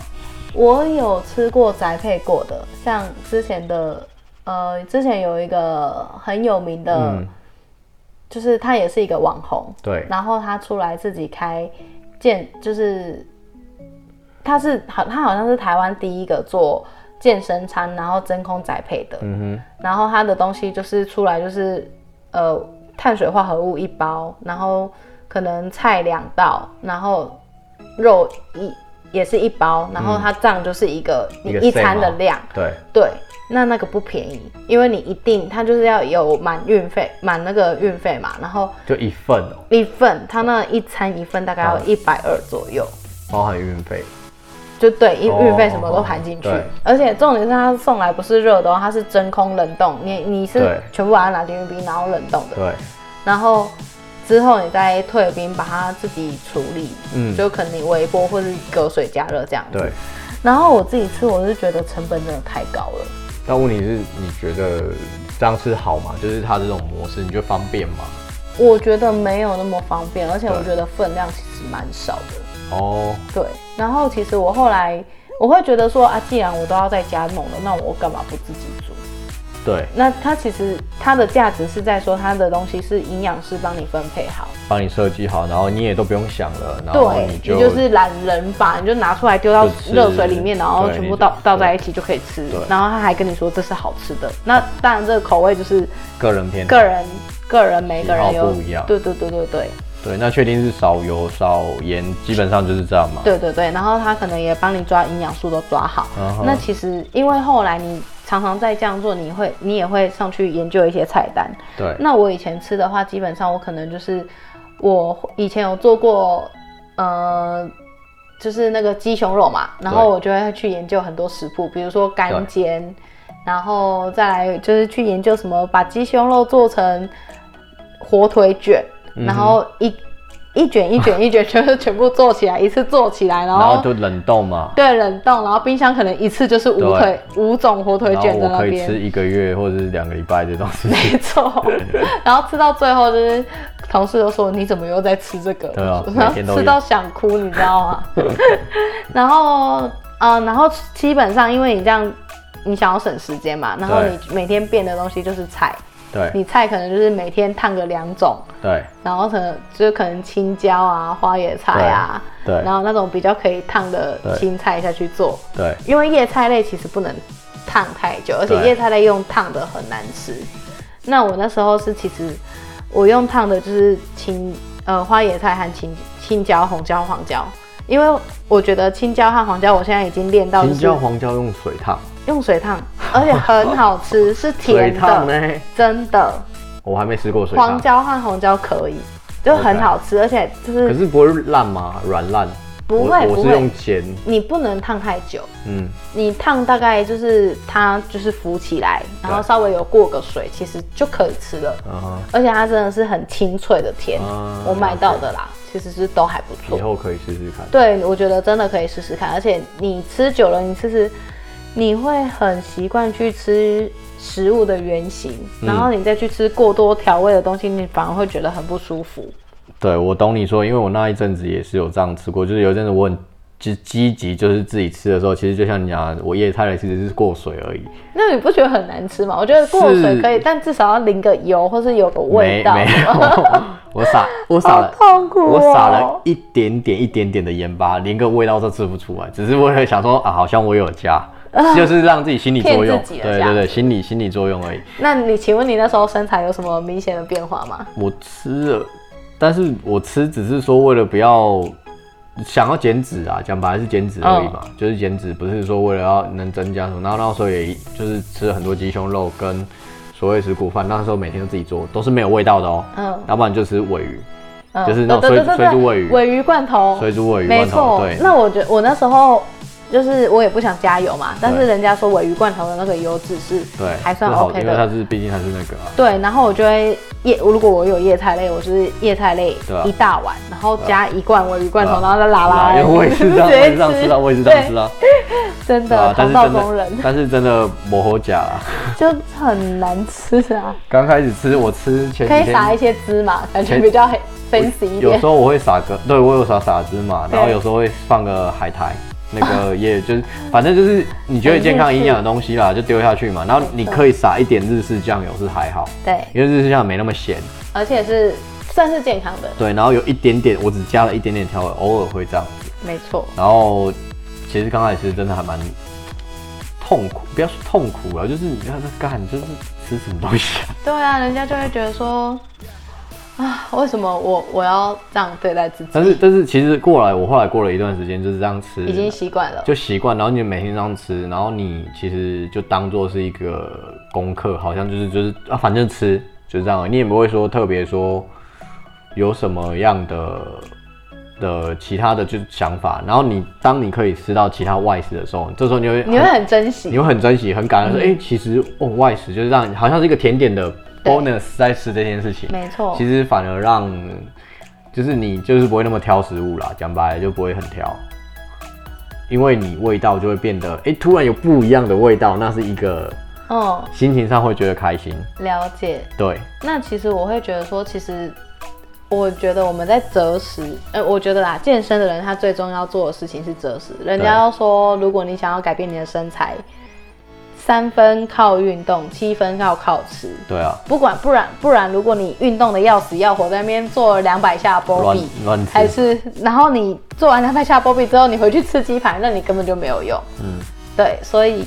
Speaker 2: 我有吃过宅配过的，像之前的，呃，之前有一个很有名的，
Speaker 1: 嗯，
Speaker 2: 就是他也是一个网红，
Speaker 1: 对
Speaker 2: 然后他出来自己开健，就是他是好，他好像是台湾第一个做健身餐，然后真空宅配的，
Speaker 1: 嗯
Speaker 2: 然后它的东西就是出来就是呃碳水化合物一包，然后可能菜两道，然后肉一也是一包，然后它这样就是一个、
Speaker 1: 一
Speaker 2: 你
Speaker 1: 个哦
Speaker 2: 一餐
Speaker 1: set
Speaker 2: 的
Speaker 1: 嘛
Speaker 2: 量，
Speaker 1: 哼，对
Speaker 2: 对。那那个不便宜，因为你一定它就是要有满运费，满那个运费嘛，然后
Speaker 1: 就一份哦，
Speaker 2: 一份它那一餐一份大概要
Speaker 1: 嗯
Speaker 2: 一百二左右，
Speaker 1: 包含运费，
Speaker 2: 就对，运
Speaker 1: 哦
Speaker 2: 运费什么都含进去
Speaker 1: 对，
Speaker 2: 而且重点是它送来不是热的哦，它是真空冷冻，你你是
Speaker 1: 对
Speaker 2: 全部把它拿进去冰，然后冷冻的，
Speaker 1: 对，
Speaker 2: 然后之后你再退冰，把它自己处理，
Speaker 1: 嗯
Speaker 2: 就可能你微波或是隔水加热这样子。
Speaker 1: 对。
Speaker 2: 然后我自己吃，我是觉得成本真的太高了。
Speaker 1: 但问题是，你觉得这样吃好吗？就是它这种模式，你觉得方便吗？
Speaker 2: 我觉得没有那么方便，而且
Speaker 1: 对
Speaker 2: 我觉得分量其实蛮少的。
Speaker 1: 哦，
Speaker 2: 对，然后其实我后来我会觉得说啊，既然我都要在家弄了，那我干嘛不自己煮？
Speaker 1: 对，
Speaker 2: 那它其实它的价值是在说它的东西是营养师帮你分配好，
Speaker 1: 帮你设计好，然后你也都不用想了，然后
Speaker 2: 对，
Speaker 1: 哦你
Speaker 2: 你
Speaker 1: 就
Speaker 2: 就是懒人法，你就拿出来丢到
Speaker 1: 就吃
Speaker 2: 热水里面，然后
Speaker 1: 对
Speaker 2: 全
Speaker 1: 你
Speaker 2: 部
Speaker 1: 就
Speaker 2: 倒倒在
Speaker 1: 对
Speaker 2: 一起就可以吃
Speaker 1: 对。
Speaker 2: 然后他还跟你说这是好吃的，那当然这个口味就是
Speaker 1: 个人偏
Speaker 2: 个人个人每
Speaker 1: 喜
Speaker 2: 个人
Speaker 1: 好
Speaker 2: 有
Speaker 1: 不一样
Speaker 2: 对对对对对
Speaker 1: 对，那确定是少油少盐，基本上就是这样嘛。
Speaker 2: 对对对，然后他可能也帮你抓营养素都抓好
Speaker 1: 嗯。哼
Speaker 2: 那其实因为后来你常常在这样做，你会你也会上去研究一些菜单。
Speaker 1: 对，
Speaker 2: 那我以前吃的话，基本上我可能就是我以前有做过，呃，就是那个鸡胸肉嘛，然后
Speaker 1: 对
Speaker 2: 我就会去研究很多食谱，比如说干
Speaker 1: 对
Speaker 2: 煎，然后再来就是去研究什么把鸡胸肉做成火腿卷，
Speaker 1: 嗯
Speaker 2: 然后一一卷一卷一卷就是全部做起来，一次做起来，然
Speaker 1: 然
Speaker 2: 后
Speaker 1: 后就冷冻嘛，
Speaker 2: 对冷冻，然后冰箱可能一次就是五
Speaker 1: 对
Speaker 2: 腿五种火腿
Speaker 1: 然后
Speaker 2: 卷在
Speaker 1: 我
Speaker 2: 那
Speaker 1: 可以
Speaker 2: 边
Speaker 1: 吃。一个月或者是两个礼拜这东
Speaker 2: *laughs*
Speaker 1: 西。
Speaker 2: 没错。然后吃到最后就是同事都说你怎么又在吃这个？
Speaker 1: 对啊
Speaker 2: 然后
Speaker 1: 每天都有
Speaker 2: 吃到想哭，你知道
Speaker 1: *laughs*
Speaker 2: 吗？然后呃，然后基本上因为你这样，你想要省时间嘛，然后
Speaker 1: 对
Speaker 2: 你每天变的东西就是菜，
Speaker 1: 对
Speaker 2: 你菜可能就是每天烫个两种，
Speaker 1: 对
Speaker 2: 然后可能就是可能青椒啊、花野菜啊，
Speaker 1: 对
Speaker 2: 然后那种比较可以烫的
Speaker 1: 对
Speaker 2: 青菜下去做，
Speaker 1: 对，
Speaker 2: 因为叶菜类其实不能烫太久，而且
Speaker 1: 对
Speaker 2: 叶菜类用烫的很难吃。那我那时候是其实我用烫的就是青呃花椰菜和青青椒、红椒、黄椒，因为我觉得青椒和黄椒我现在已经练到就
Speaker 1: 青
Speaker 2: 是
Speaker 1: 椒、黄椒用水烫，
Speaker 2: 用水烫，而且很好吃，是
Speaker 1: 哦水
Speaker 2: 甜
Speaker 1: 烫
Speaker 2: 的，
Speaker 1: 呢？
Speaker 2: 真的。
Speaker 1: 我还没吃过水
Speaker 2: 黄
Speaker 1: 烫，
Speaker 2: 椒和红椒可以，就很好吃，而且就
Speaker 1: 可
Speaker 2: 是
Speaker 1: 是不会烂吗？软烂？
Speaker 2: 嗯不会
Speaker 1: 我我
Speaker 2: 不
Speaker 1: 是
Speaker 2: 会
Speaker 1: 用煎，
Speaker 2: 你不能烫太久，
Speaker 1: 嗯，
Speaker 2: 你烫大概就是它就是浮起来，然后
Speaker 1: 对
Speaker 2: 稍微有过个水，其实就可以吃了。
Speaker 1: 然后
Speaker 2: 而且它真的是很清脆的甜，
Speaker 1: 啊
Speaker 2: 我买到的啦，其实是都还不
Speaker 1: 以
Speaker 2: 错。
Speaker 1: 后可以试试看。
Speaker 2: 对，我觉得真的可以试试看，而且你吃久了，你其实你会很习惯去吃食物的原型，然
Speaker 1: 嗯
Speaker 2: 后你再去吃过多调味的东西，你反而会觉得很不舒服。
Speaker 1: 对，我懂你说，因为我那一阵子也是有这样吃过，就是有一阵子我很积积极，就是自己吃的时候，其实就像你讲的，我叶菜其实是过水而已，
Speaker 2: 那你不觉得很难吃吗？我觉得过水可以，但至少要淋个油，或是有个
Speaker 1: 没
Speaker 2: 味道。 *laughs*
Speaker 1: 没有，我撒我撒
Speaker 2: 好
Speaker 1: 了。
Speaker 2: 痛苦、哦！
Speaker 1: 我撒了一点点、一点点的盐巴，连个味道都吃不出来，只是为了想说啊，好像我有加，就是让自己心理作用
Speaker 2: 啊骗，自己的
Speaker 1: 对
Speaker 2: 这样
Speaker 1: 对对，心理心理作用而已。
Speaker 2: 那你请问你那时候身材有什么明显的变化吗？
Speaker 1: 我吃了，但是我吃只是说为了不要想要减脂啊，讲白了是减脂而已
Speaker 2: 哦
Speaker 1: 嘛，就是减脂，不是说为了要能增加什么。然后那时候也就是吃了很多鸡胸肉跟所谓石骨饭，那时候每天都自己做，都是没有味道的哦。
Speaker 2: 嗯
Speaker 1: 要不然就吃尾鱼，
Speaker 2: 嗯，
Speaker 1: 就是那种
Speaker 2: 对对
Speaker 1: 水
Speaker 2: 对对
Speaker 1: 水煮鲔鱼
Speaker 2: 鲔鱼罐头，
Speaker 1: 水煮尾鱼
Speaker 2: 没
Speaker 1: 罐头，
Speaker 2: 错
Speaker 1: 对。，
Speaker 2: 那我觉得我那时候就是我也不想加油嘛，但是人家说鲔鱼罐头的那个油脂是
Speaker 1: 对，
Speaker 2: 还算
Speaker 1: 是好
Speaker 2: OK
Speaker 1: 因为它
Speaker 2: 的。
Speaker 1: 是毕竟它是那个啊，
Speaker 2: 对，然后我就会叶，如果我有叶菜类，我就是叶菜类
Speaker 1: 对啊
Speaker 2: 一大碗，然后加一罐鲔鱼罐头，
Speaker 1: 对
Speaker 2: 然
Speaker 1: 啊
Speaker 2: 后再拉拉，
Speaker 1: 因为我也是这样，我
Speaker 2: *laughs* 直
Speaker 1: 也
Speaker 2: 接
Speaker 1: 是这样吃到，啊我也是这样吃到，
Speaker 2: 真
Speaker 1: 对啊
Speaker 2: 的，
Speaker 1: 但
Speaker 2: 同
Speaker 1: 是
Speaker 2: 道
Speaker 1: 真
Speaker 2: 中
Speaker 1: 的
Speaker 2: 人， *laughs*
Speaker 1: 但是真的磨好假啦。
Speaker 2: 就很难吃啊。
Speaker 1: 刚开始吃我吃前
Speaker 2: 可
Speaker 1: 几
Speaker 2: 以撒一
Speaker 1: 天，
Speaker 2: 些芝麻，感觉
Speaker 1: 前
Speaker 2: 比较很 fancy 一
Speaker 1: 有
Speaker 2: 点
Speaker 1: 时。候我会撒个，对我有撒撒芝麻，
Speaker 2: 对
Speaker 1: 然后有时候会放个海苔。那个也 *laughs* 就是，反正就是你觉得健康营养的东西
Speaker 2: *laughs*
Speaker 1: 啦，就丢下去嘛。然后你可以撒一点日式酱油是还好，
Speaker 2: 对，
Speaker 1: 因为日式酱油没那么咸。
Speaker 2: 而且是算是健康的，
Speaker 1: 对，然后有一点点，我只加了一点点调味，偶尔会这样子。
Speaker 2: 没错。
Speaker 1: 然后其实刚开始真的还蛮痛苦，不要说痛苦了，就是你看那干，就是吃什么东西啊？
Speaker 2: 对啊，人家就会觉得说，啊，为什么我我要这样对待自己？
Speaker 1: 但是但是其实过来，我后来过了一段时间就是这样吃，
Speaker 2: 已经习惯了。
Speaker 1: 就习惯，然后你每天这样吃，然后你其实就当做是一个功课，好像就是就是啊，反正吃就是这样，你也不会说特别说有什么样的的其他的就是想法。然后你当你可以吃到其他外食的时候，这时候你会
Speaker 2: 你会很珍
Speaker 1: 你
Speaker 2: 惜，
Speaker 1: 会很珍惜、很感恩说，哎、其实哦，外食就是让你好像是一个甜点的
Speaker 2: 对
Speaker 1: bonus 在吃这件事情，
Speaker 2: 没错
Speaker 1: 其。实反而让就是你就是不会那么挑食物啦，讲白了就不会很挑，因为你味道就会变得，哎、突然有不一样的味道，那是一个
Speaker 2: 嗯，
Speaker 1: 心情上会觉得开心，
Speaker 2: 了解。
Speaker 1: 对，
Speaker 2: 那其实我会觉得说，其实我觉得我们在择食，呃，我觉得啦，健身的人他最终要做的事情是择食。人家
Speaker 1: 对
Speaker 2: 要说，如果你想要改变你的身材，三分靠运动，七分靠靠吃。
Speaker 1: 对啊，
Speaker 2: 不管不然不然，如果你运动的要死要活，在那边做两百下波
Speaker 1: 乱
Speaker 2: 比，
Speaker 1: 乱
Speaker 2: 还
Speaker 1: 吃，
Speaker 2: 是然后你做完两百下波比之后，你回去吃鸡排，那你根本就没有用。
Speaker 1: 嗯，
Speaker 2: 对，所以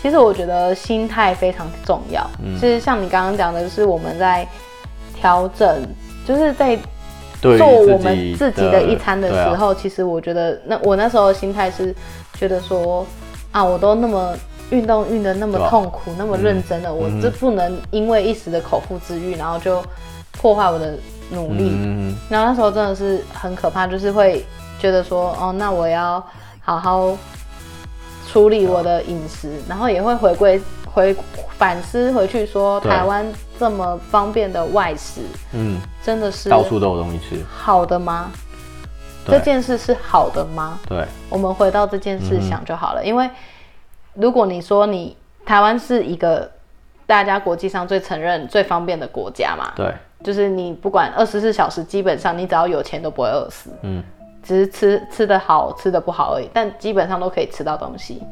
Speaker 2: 其实我觉得心态非常重要。
Speaker 1: 嗯
Speaker 2: 其实像你刚刚讲的，就是我们在调整，就是在
Speaker 1: 对于
Speaker 2: 做我们自己的一餐的
Speaker 1: 对啊
Speaker 2: 时候，其实我觉得那我那时候的心态是觉得说啊，我都那么运动运的那么
Speaker 1: 对啊嗯
Speaker 2: 痛苦，那么认真了，我这不能因为一时的口腹之欲，然后就破坏我的努力。
Speaker 1: 嗯，
Speaker 2: 然后那时候真的是很可怕，就是会觉得说哦，那我要好好处理
Speaker 1: 啊
Speaker 2: 我的饮食，然后也会回归回反思回去说，
Speaker 1: 对
Speaker 2: 台湾这么方便的外食，
Speaker 1: 嗯，
Speaker 2: 真的是
Speaker 1: 到处都有东西吃，
Speaker 2: 好的吗？
Speaker 1: 对
Speaker 2: 这件事是好的吗？
Speaker 1: 对，
Speaker 2: 我们回到这件
Speaker 1: 嗯
Speaker 2: 事想就好了，因为如果你说你台湾是一个大家国际上最承认最方便的国家嘛，
Speaker 1: 对，
Speaker 2: 就是你不管二十四小时，基本上你只要有钱都不会饿死，
Speaker 1: 嗯，
Speaker 2: 只是吃吃的好吃的不好而已，但基本上都可以吃到东西。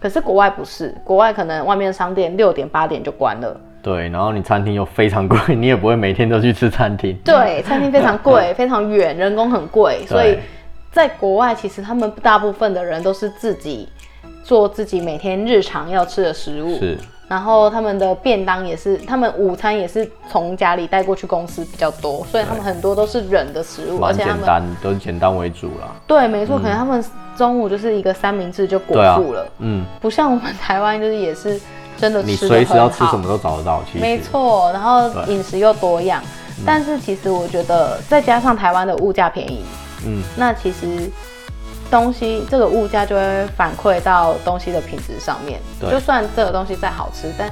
Speaker 2: 可是国外不是，国外可能外面商店六点八点就关了，
Speaker 1: 对，然后你餐厅又非常贵，你也不会每天都去吃餐厅，
Speaker 2: 对，餐厅非常
Speaker 1: *laughs*
Speaker 2: 贵，非常远，人工很贵，所以
Speaker 1: 对
Speaker 2: 在国外其实他们大部分的人都是自己做自己每天日常要吃的食物，
Speaker 1: 是，
Speaker 2: 然后他们的便当也是，他们午餐也是从家里带过去公司比较多，所以他们很多都是冷的食物，而
Speaker 1: 蛮
Speaker 2: 且他
Speaker 1: 简
Speaker 2: 们
Speaker 1: 单，都是简单为主啦。
Speaker 2: 对，没错，可能他们中午就是一个三明治就果
Speaker 1: 对啊
Speaker 2: 腹了，
Speaker 1: 嗯，
Speaker 2: 不像我们台湾就是也是真的
Speaker 1: 你
Speaker 2: 吃
Speaker 1: 随
Speaker 2: 的
Speaker 1: 时
Speaker 2: 很
Speaker 1: 要吃什
Speaker 2: 好
Speaker 1: 么，都找得到，其实
Speaker 2: 没错，然后
Speaker 1: 对
Speaker 2: 饮食又多样，但是其实我觉得再加上台湾的物价便宜，
Speaker 1: 嗯，
Speaker 2: 那其实东西这个物价就会反馈到东西的品质上面。
Speaker 1: 对
Speaker 2: 就算这个东西再好吃，但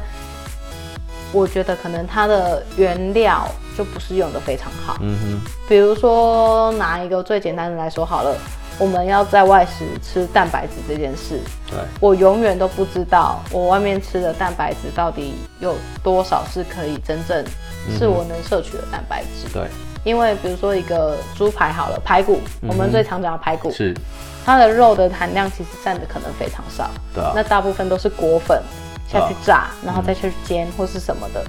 Speaker 2: 我觉得可能它的原料就不是用的非常好。
Speaker 1: 嗯哼，
Speaker 2: 比如说拿一个最简单的来说好了，我们要在外食吃蛋白质这件事，
Speaker 1: 对，
Speaker 2: 我永远都不知道我外面吃的蛋白质到底有多少是可以真正
Speaker 1: 嗯
Speaker 2: 是我能摄取的蛋白质。
Speaker 1: 对，
Speaker 2: 因为比如说一个猪排好了，排骨，我们最常讲的排骨，
Speaker 1: 嗯是，
Speaker 2: 它的肉的含量其实占的可能非常少，
Speaker 1: 对啊
Speaker 2: 那大部分都是裹粉
Speaker 1: 对
Speaker 2: 下
Speaker 1: 啊嗯
Speaker 2: 去炸，然后再去煎或是什么的。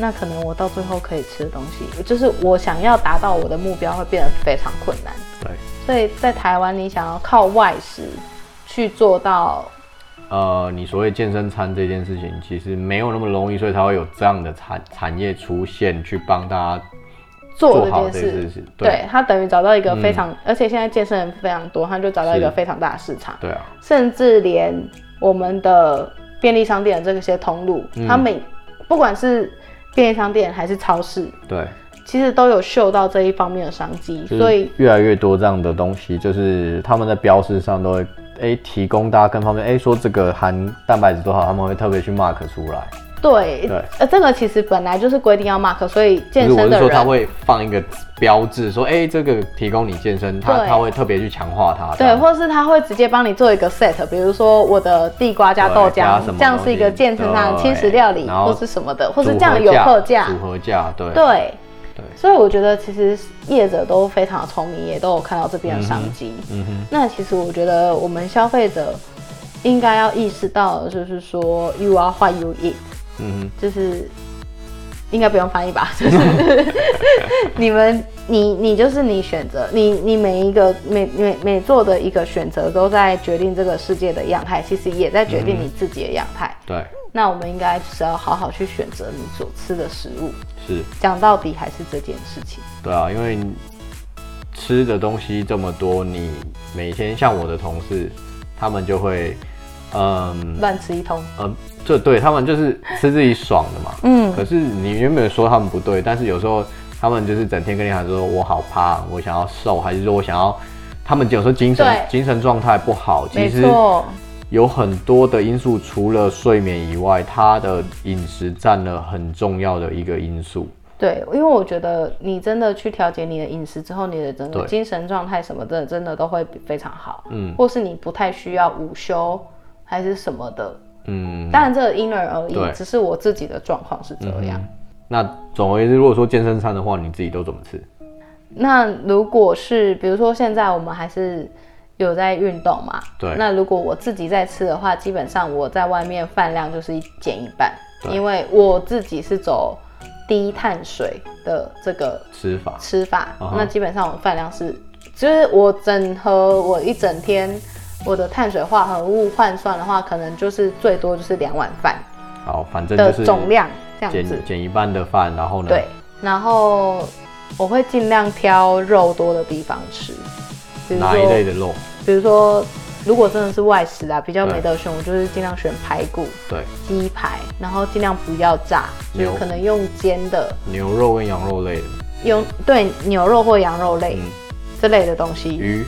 Speaker 2: 那可能我到最后可以吃的东西，就是我想要达到我的目标，会变得非常困难。
Speaker 1: 对，
Speaker 2: 所以在台湾，你想要靠外食去做到
Speaker 1: 呃，你所谓健身餐这件事情，其实没有那么容易，所以才会有这样的产产业出现，去帮大家
Speaker 2: 做
Speaker 1: 做好
Speaker 2: 这
Speaker 1: 这件
Speaker 2: 件事
Speaker 1: 事，情对嗯
Speaker 2: 对他等于找到一个非常，而且现在健身人非常多，他就找到一个
Speaker 1: 是
Speaker 2: 非常大的市场。
Speaker 1: 对啊，
Speaker 2: 甚至连我们的便利商店的这些通路，
Speaker 1: 嗯
Speaker 2: 他们不管是便利商店还是超市，
Speaker 1: 对，啊
Speaker 2: 其实都有嗅到这一方面的商机，
Speaker 1: 就是
Speaker 2: 所以
Speaker 1: 越来越多这样的东西，就是他们在标示上都会诶提供大家更方便诶说这个含蛋白质多少，他们会特别去 mark 出来。
Speaker 2: 对，
Speaker 1: 对
Speaker 2: 呃，这个其实本来就是规定要 mark，所以健
Speaker 1: 就是
Speaker 2: 身
Speaker 1: 我是
Speaker 2: 的
Speaker 1: 说他
Speaker 2: 人。
Speaker 1: 会放一个标志，说诶这个提供你健身，他
Speaker 2: 对
Speaker 1: 他会特别去强化它。这
Speaker 2: 对，
Speaker 1: 样
Speaker 2: 或是他会直接帮你做一个 set，比如说我的地瓜加豆
Speaker 1: 对加
Speaker 2: 浆
Speaker 1: 什么，
Speaker 2: 这样
Speaker 1: 东
Speaker 2: 是
Speaker 1: 西
Speaker 2: 一个健身上的
Speaker 1: 对
Speaker 2: 轻食料理，
Speaker 1: 然后
Speaker 2: 或是什么的，或
Speaker 1: 组
Speaker 2: 是
Speaker 1: 合
Speaker 2: 酱油客价，
Speaker 1: 组合价，对
Speaker 2: 对，
Speaker 1: 对
Speaker 2: 所以我觉得其实业者都非常聪明，也都有看到这边的商机。嗯哼，那其实我觉得我们消费者应该要意识到，就是说 you are what you eat，
Speaker 1: 嗯
Speaker 2: 就是应该不用翻译吧， *laughs* 就是你们你你就是你选择你你每一个每每每做的一个选择，都在决定这个世界的样态，其实也在决定你自己的样态。
Speaker 1: 哼，对，
Speaker 2: 那我们应该就是要好好去选择你所吃的食物。
Speaker 1: 是。
Speaker 2: 讲到底还是这件事情。
Speaker 1: 对啊，因为你吃的东西这么多，你每天像我的同事，他们就会，嗯
Speaker 2: 乱吃一通。
Speaker 1: 嗯，这对他们就是吃自己爽的嘛。
Speaker 2: 嗯，
Speaker 1: 可是你原本说他们不对，但是有时候他们就是整天跟你喊说，我好胖，我想要瘦，还是说我想要，他们有时候精神
Speaker 2: 对
Speaker 1: 精神状态不好，
Speaker 2: 没
Speaker 1: 其实
Speaker 2: 错，
Speaker 1: 有很多的因素，除了睡眠以外，他的饮食占了很重要的一个因素。
Speaker 2: 对，因为我觉得你真的去调节你的饮食之后，你的整个
Speaker 1: 对
Speaker 2: 精神状态什么的，真的都会非常好。
Speaker 1: 嗯
Speaker 2: 或是你不太需要午休还是什么的。
Speaker 1: 嗯，
Speaker 2: 当然，这个因人而异
Speaker 1: 对，嗯
Speaker 2: 只是我自己的状况是这样。
Speaker 1: 那总而言之，如果说健身餐的话，你自己都怎么吃？
Speaker 2: 那如果是比如说现在我们还是有在运动嘛，
Speaker 1: 对
Speaker 2: 那如果我自己在吃的话，基本上我在外面饭量就是一减一半，
Speaker 1: 对
Speaker 2: 因为我自己是走低碳水的这个
Speaker 1: 吃法
Speaker 2: 吃法
Speaker 1: 嗯哼
Speaker 2: 那基本上我饭量是，就是我整合我一整天我的碳水化合物换算的话，可能就是最多就是两碗饭
Speaker 1: 好，反正
Speaker 2: 的
Speaker 1: 就是
Speaker 2: 总量这样子
Speaker 1: 减。减一半的饭，然后呢，
Speaker 2: 对，，然后我会尽量挑肉多的地方吃，比如
Speaker 1: 哪一类
Speaker 2: 说，
Speaker 1: 的肉？
Speaker 2: 比如说，如果真的是外食啊，比较
Speaker 1: 对
Speaker 2: 没得选，我就是尽量选排骨、
Speaker 1: 对，
Speaker 2: 鸡排，然后尽量不要炸，就是
Speaker 1: 牛
Speaker 2: 可能用煎的，
Speaker 1: 牛肉跟羊肉类的，
Speaker 2: 用对牛肉或羊肉类、
Speaker 1: 嗯
Speaker 2: 这类的东西。
Speaker 1: 鱼、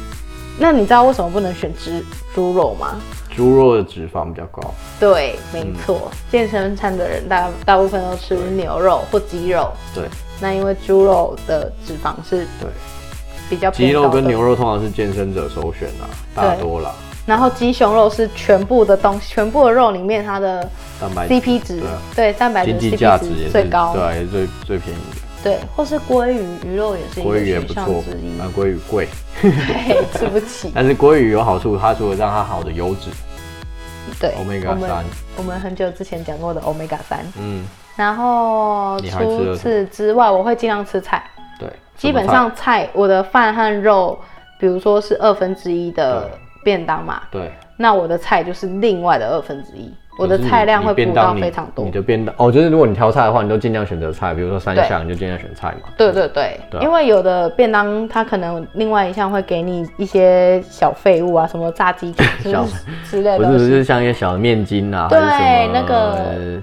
Speaker 2: 那你知道为什么不能选猪猪肉吗？
Speaker 1: 猪肉的脂肪比较高，
Speaker 2: 对，没错，
Speaker 1: 嗯
Speaker 2: 健身餐的人大大部分都吃牛肉或鸡肉，
Speaker 1: 对
Speaker 2: 那因为猪肉的脂肪是
Speaker 1: 对，
Speaker 2: 比较偏
Speaker 1: 鸡肉
Speaker 2: 高
Speaker 1: 跟
Speaker 2: 的
Speaker 1: 牛肉通常是健身者首选啦，大多啦，
Speaker 2: 然后鸡胸肉是全部的东西，全部的肉里面它的
Speaker 1: 蛋白质
Speaker 2: CP 值
Speaker 1: 对啊，
Speaker 2: 对蛋白质
Speaker 1: 经济
Speaker 2: CP
Speaker 1: 价值也
Speaker 2: 值
Speaker 1: 是
Speaker 2: 最高，
Speaker 1: 对啊，也是最最便宜的，
Speaker 2: 对或是鲑鱼，鱼肉也是一
Speaker 1: 鲑
Speaker 2: 个
Speaker 1: 鱼也
Speaker 2: 选
Speaker 1: 不
Speaker 2: 项
Speaker 1: 错
Speaker 2: 之一，，
Speaker 1: 但鲑鱼贵，
Speaker 2: *laughs* 对，吃不
Speaker 1: *laughs*
Speaker 2: 起，
Speaker 1: 但是鲑鱼有好处，它除了让它好的油脂，
Speaker 2: 对，
Speaker 1: Omega
Speaker 2: 我们
Speaker 1: 三
Speaker 2: 我们很久之前讲过的 omega 三，
Speaker 1: 嗯，
Speaker 2: 然后
Speaker 1: 你还吃了
Speaker 2: 除此之外，我会尽量吃菜，
Speaker 1: 对，
Speaker 2: 基本
Speaker 1: 什么
Speaker 2: 上菜我的饭和肉，比如说是二分之一的
Speaker 1: 对
Speaker 2: 便当嘛，
Speaker 1: 菜对。
Speaker 2: 那我的菜就是另外的二分之一，我的菜量会
Speaker 1: 就是你便
Speaker 2: 补
Speaker 1: 当
Speaker 2: 到
Speaker 1: 你
Speaker 2: 非常多
Speaker 1: 你。的便当哦，就是如果你挑菜的话，你就尽量选择菜，比如说三项，你就尽量选菜嘛。
Speaker 2: 对对对，
Speaker 1: 对啊
Speaker 2: 因为有的便当它可能另外一项会给你一些小废物啊，什么炸
Speaker 1: *laughs*
Speaker 2: 鸡之
Speaker 1: 小
Speaker 2: 之类
Speaker 1: 不是
Speaker 2: 的东
Speaker 1: 不是，就
Speaker 2: 西，
Speaker 1: 是像一些小的面筋啊，
Speaker 2: 对
Speaker 1: 还是什么呃
Speaker 2: 那个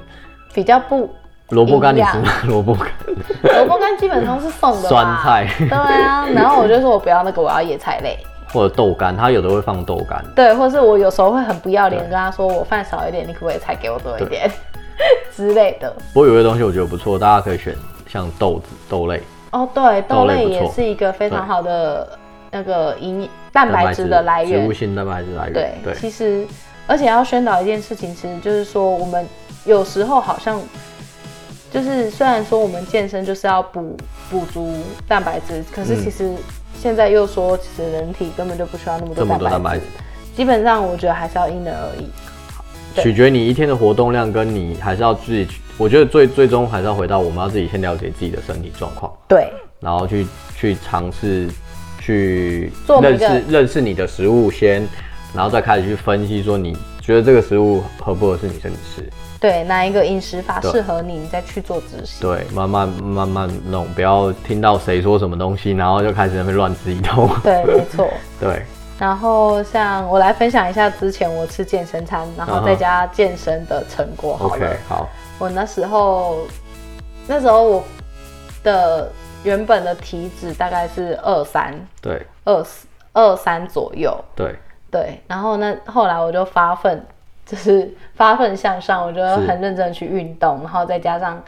Speaker 2: 比较不
Speaker 1: 萝卜干，你
Speaker 2: 营养
Speaker 1: 吃吗？ *laughs* 萝卜干，
Speaker 2: 萝卜干基本上是送的吧
Speaker 1: 酸菜
Speaker 2: 对啊，然后我就说我不要那个，我要野菜类。
Speaker 1: 或者豆干，它有的会放豆干。
Speaker 2: 对，或是我有时候会很不要脸
Speaker 1: 对
Speaker 2: 跟他说我饭少一点，你可不可以菜给我多一点 *laughs* 之类的。
Speaker 1: 不过有些东西我觉得不错，大家可以选像豆子、豆类，
Speaker 2: 哦，对，
Speaker 1: 豆
Speaker 2: 豆
Speaker 1: 类
Speaker 2: 类
Speaker 1: 不错
Speaker 2: 也是一个非常
Speaker 1: 对
Speaker 2: 好的那个营蛋白质的来
Speaker 1: 植
Speaker 2: 源
Speaker 1: 物。性蛋白质来源。
Speaker 2: 对，
Speaker 1: 对，
Speaker 2: 其实而且要宣导一件事情，其实就是说我们有时候好像就是虽然说我们健身就是要补补足蛋白质，可是
Speaker 1: 嗯
Speaker 2: 其实现在又说其实人体根本就不需要那么
Speaker 1: 这
Speaker 2: 多
Speaker 1: 么
Speaker 2: 蛋
Speaker 1: 多蛋白
Speaker 2: 白
Speaker 1: 质
Speaker 2: 质，，基本上我觉得还是要因人而异。对
Speaker 1: 取决你一天的活动量，跟你还是要自己去。我觉得最最终还是要回到我们要自己先了解自己的身体状况，
Speaker 2: 对，
Speaker 1: 然后去去尝试去
Speaker 2: 做每
Speaker 1: 认
Speaker 2: 个
Speaker 1: 识认识你的食物先，然后再开始去分析说你觉得这个食物合不合适你身体吃。
Speaker 2: 对，哪一个饮食法
Speaker 1: 对
Speaker 2: 适合你，你再去做执行。
Speaker 1: 对，慢慢慢慢弄，不要听到谁说什么东西，然后就开始在那边乱吃一通。
Speaker 2: 对，没错。
Speaker 1: *laughs* 对，
Speaker 2: 然后像我来分享一下之前我吃健身餐，然后在家健身的成果好了。
Speaker 1: OK，好，
Speaker 2: 我那时候，那时候我的原本的体脂大概是二三
Speaker 1: 对
Speaker 2: 二四二三左右，
Speaker 1: 对，
Speaker 2: 对。然后那后来我就发奋，就是发奋向上，我就很认真地去运动，然后再加上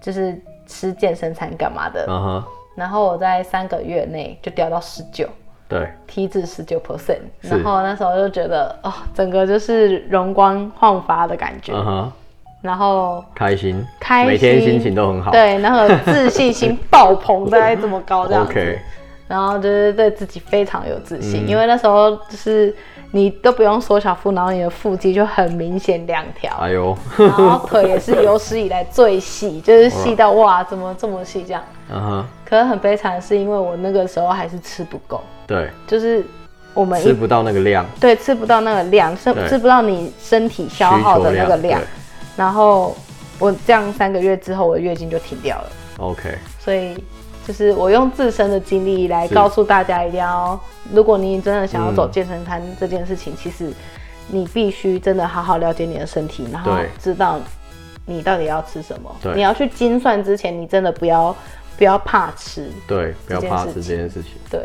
Speaker 2: 就是吃健身餐干嘛的，
Speaker 1: 嗯哼，
Speaker 2: 然后我在三个月内就掉到十九。
Speaker 1: 对，
Speaker 2: 体脂十九 percent，
Speaker 1: 是
Speaker 2: 然后那时候就觉得哦，整个就是容光焕发的感觉，
Speaker 1: 嗯哼，
Speaker 2: 然后
Speaker 1: 开心，
Speaker 2: 开心
Speaker 1: 每天心情都很好。
Speaker 2: 对，然后自信心爆棚，大概这么高这样
Speaker 1: *laughs*
Speaker 2: 子。
Speaker 1: ，OK，嗯
Speaker 2: 然后就是对自己非常有自信，因为那时候就是你都不用缩小腹，然后你的腹肌就很明显两
Speaker 1: *laughs*
Speaker 2: 条，
Speaker 1: 哎呦，
Speaker 2: 然后腿也是有史以来最细，就是细到哇，怎么这么细这样？
Speaker 1: 嗯哼，
Speaker 2: 可是很悲惨的是，因为我那个时候还是吃不够，
Speaker 1: 对，
Speaker 2: 就是我们
Speaker 1: 吃
Speaker 2: 一
Speaker 1: 不到那个量，
Speaker 2: 对吃不到那个量，吃
Speaker 1: 对
Speaker 2: 吃不到你身体消耗的那个
Speaker 1: 需求
Speaker 2: 量
Speaker 1: 对，
Speaker 2: 然后我这样三个月之后，我的月经就停掉了。
Speaker 1: ，OK，
Speaker 2: 所以就是我用自身的经历来
Speaker 1: 是嗯
Speaker 2: 告诉大家，一定要，如果你真的想要走健身餐这件事情，其实你必须真的好好了解你的身体，然后
Speaker 1: 对
Speaker 2: 知道你到底要吃什么
Speaker 1: 对。
Speaker 2: 你要去精算之前，你真的不要不要怕吃，
Speaker 1: 对，不要怕吃
Speaker 2: 这
Speaker 1: 这件事情，
Speaker 2: 对，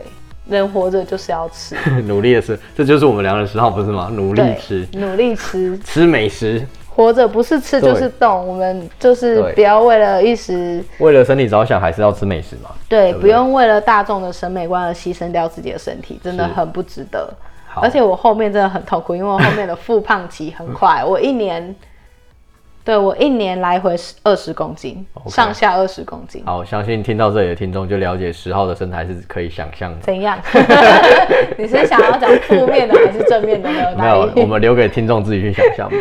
Speaker 2: 人活着就是要吃，
Speaker 1: *laughs* 努力的吃，这就是我们两人的嗜好，不是吗？努力
Speaker 2: 对
Speaker 1: 吃，，
Speaker 2: 努力吃，
Speaker 1: 吃美食，
Speaker 2: 活着不是吃
Speaker 1: 对
Speaker 2: 就是动，我们就是
Speaker 1: 对
Speaker 2: 不要为了一时。
Speaker 1: 为了身体着想，还是要吃美食嘛。
Speaker 2: 对，
Speaker 1: 不
Speaker 2: 不
Speaker 1: 对
Speaker 2: 用为了大众的审美观而牺牲掉自己的身体，真的
Speaker 1: 是
Speaker 2: 很不值得。
Speaker 1: 好
Speaker 2: 而且我后面真的很痛苦，因为我后面的复胖期很快，
Speaker 1: 嗯
Speaker 2: 我一年，对我一年来回二十公斤
Speaker 1: OK
Speaker 2: 上下二十公斤，
Speaker 1: 好，相信听到这里的听众就了解十号的身材是可以想象的。
Speaker 2: 怎
Speaker 1: *laughs*
Speaker 2: 样？你是想要讲负面的还是正面的呢？
Speaker 1: 没有，
Speaker 2: 哪
Speaker 1: 我
Speaker 2: 里
Speaker 1: 们留给听众自己去想象
Speaker 2: *laughs*
Speaker 1: 吧。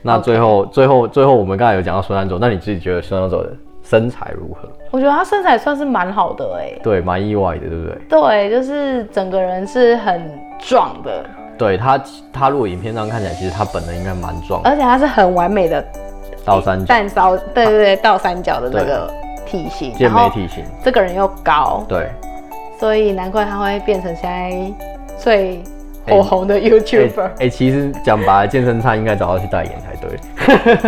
Speaker 1: 那最后，最后，最后，我们刚才有讲到孙安佐，那你自己觉得孙安佐的身材如何？
Speaker 2: 我觉得他身材算是蛮好的哎、
Speaker 1: 对，蛮意外的，对不对？
Speaker 2: 对，就是整个人是很壮的，
Speaker 1: 对他，他如果影片上看起来，其实他本人应该蛮壮的，
Speaker 2: 而且他是很完美的
Speaker 1: 倒三角，
Speaker 2: 蛋烧，对对对，倒三角的那个体型，
Speaker 1: 健
Speaker 2: 然
Speaker 1: 美
Speaker 2: 后
Speaker 1: 体型。
Speaker 2: 这个人又高，
Speaker 1: 对，
Speaker 2: 所以难怪他会变成现在最火红的 YouTuber。
Speaker 1: *laughs* 哎、其实讲白了，健身餐应该找他去代言才对。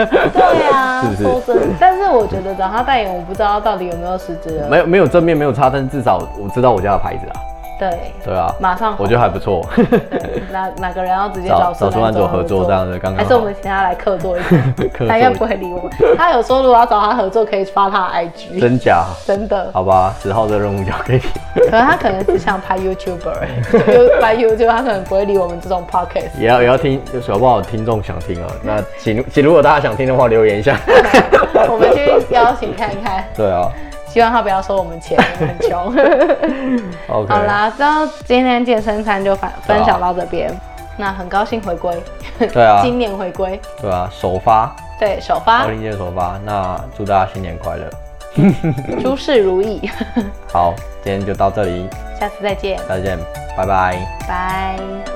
Speaker 2: 对啊
Speaker 1: 是不是
Speaker 2: 说真的，但是我觉得找他代言，我不知道到底有没有实质的。
Speaker 1: 没有，没有正面，没有差，但至少我知道我家的牌子啊。
Speaker 2: 对，
Speaker 1: 对啊，
Speaker 2: 马上红
Speaker 1: 我觉得还不错。 *laughs*
Speaker 2: 对哪哪个人要直接
Speaker 1: 找
Speaker 2: 找
Speaker 1: 找
Speaker 2: 孙安
Speaker 1: 佐
Speaker 2: 佐
Speaker 1: 合作这样的，刚刚
Speaker 2: 还是我们请他来客座一
Speaker 1: *laughs*
Speaker 2: 下，
Speaker 1: 客
Speaker 2: 他应该不
Speaker 1: 座
Speaker 2: 会理我们。他有说如果要找他合作，可以发他的 IG，
Speaker 1: 真假？
Speaker 2: 真的。
Speaker 1: 好吧，十号的任务交给你。 *laughs*
Speaker 2: 可能他可能只想拍 YouTuber，就欸拍 YouTube，他可能不会理我们这种 Podcast。
Speaker 1: 也要也要听，有搞不好听众想听
Speaker 2: *laughs*
Speaker 1: 啊。那请请，如果大家想听的话，留言一下。 *laughs*
Speaker 2: 我们去邀请看看，
Speaker 1: 对啊
Speaker 2: 希望他不要收我们钱，我们很
Speaker 1: *laughs*
Speaker 2: 穷。
Speaker 1: ，OK，
Speaker 2: 好啦，那今天健身餐就分
Speaker 1: 啊对啊
Speaker 2: 分享到这边，那很高兴回归，
Speaker 1: 对啊
Speaker 2: *laughs* 今年回归，
Speaker 1: 对啊，首发，
Speaker 2: 对，首发
Speaker 1: 二零届首发，那祝大家新年快乐。
Speaker 2: 诸事如意， *laughs*
Speaker 1: 好，今天就到这里，
Speaker 2: 下次再见，
Speaker 1: 再见，拜拜。
Speaker 2: 拜。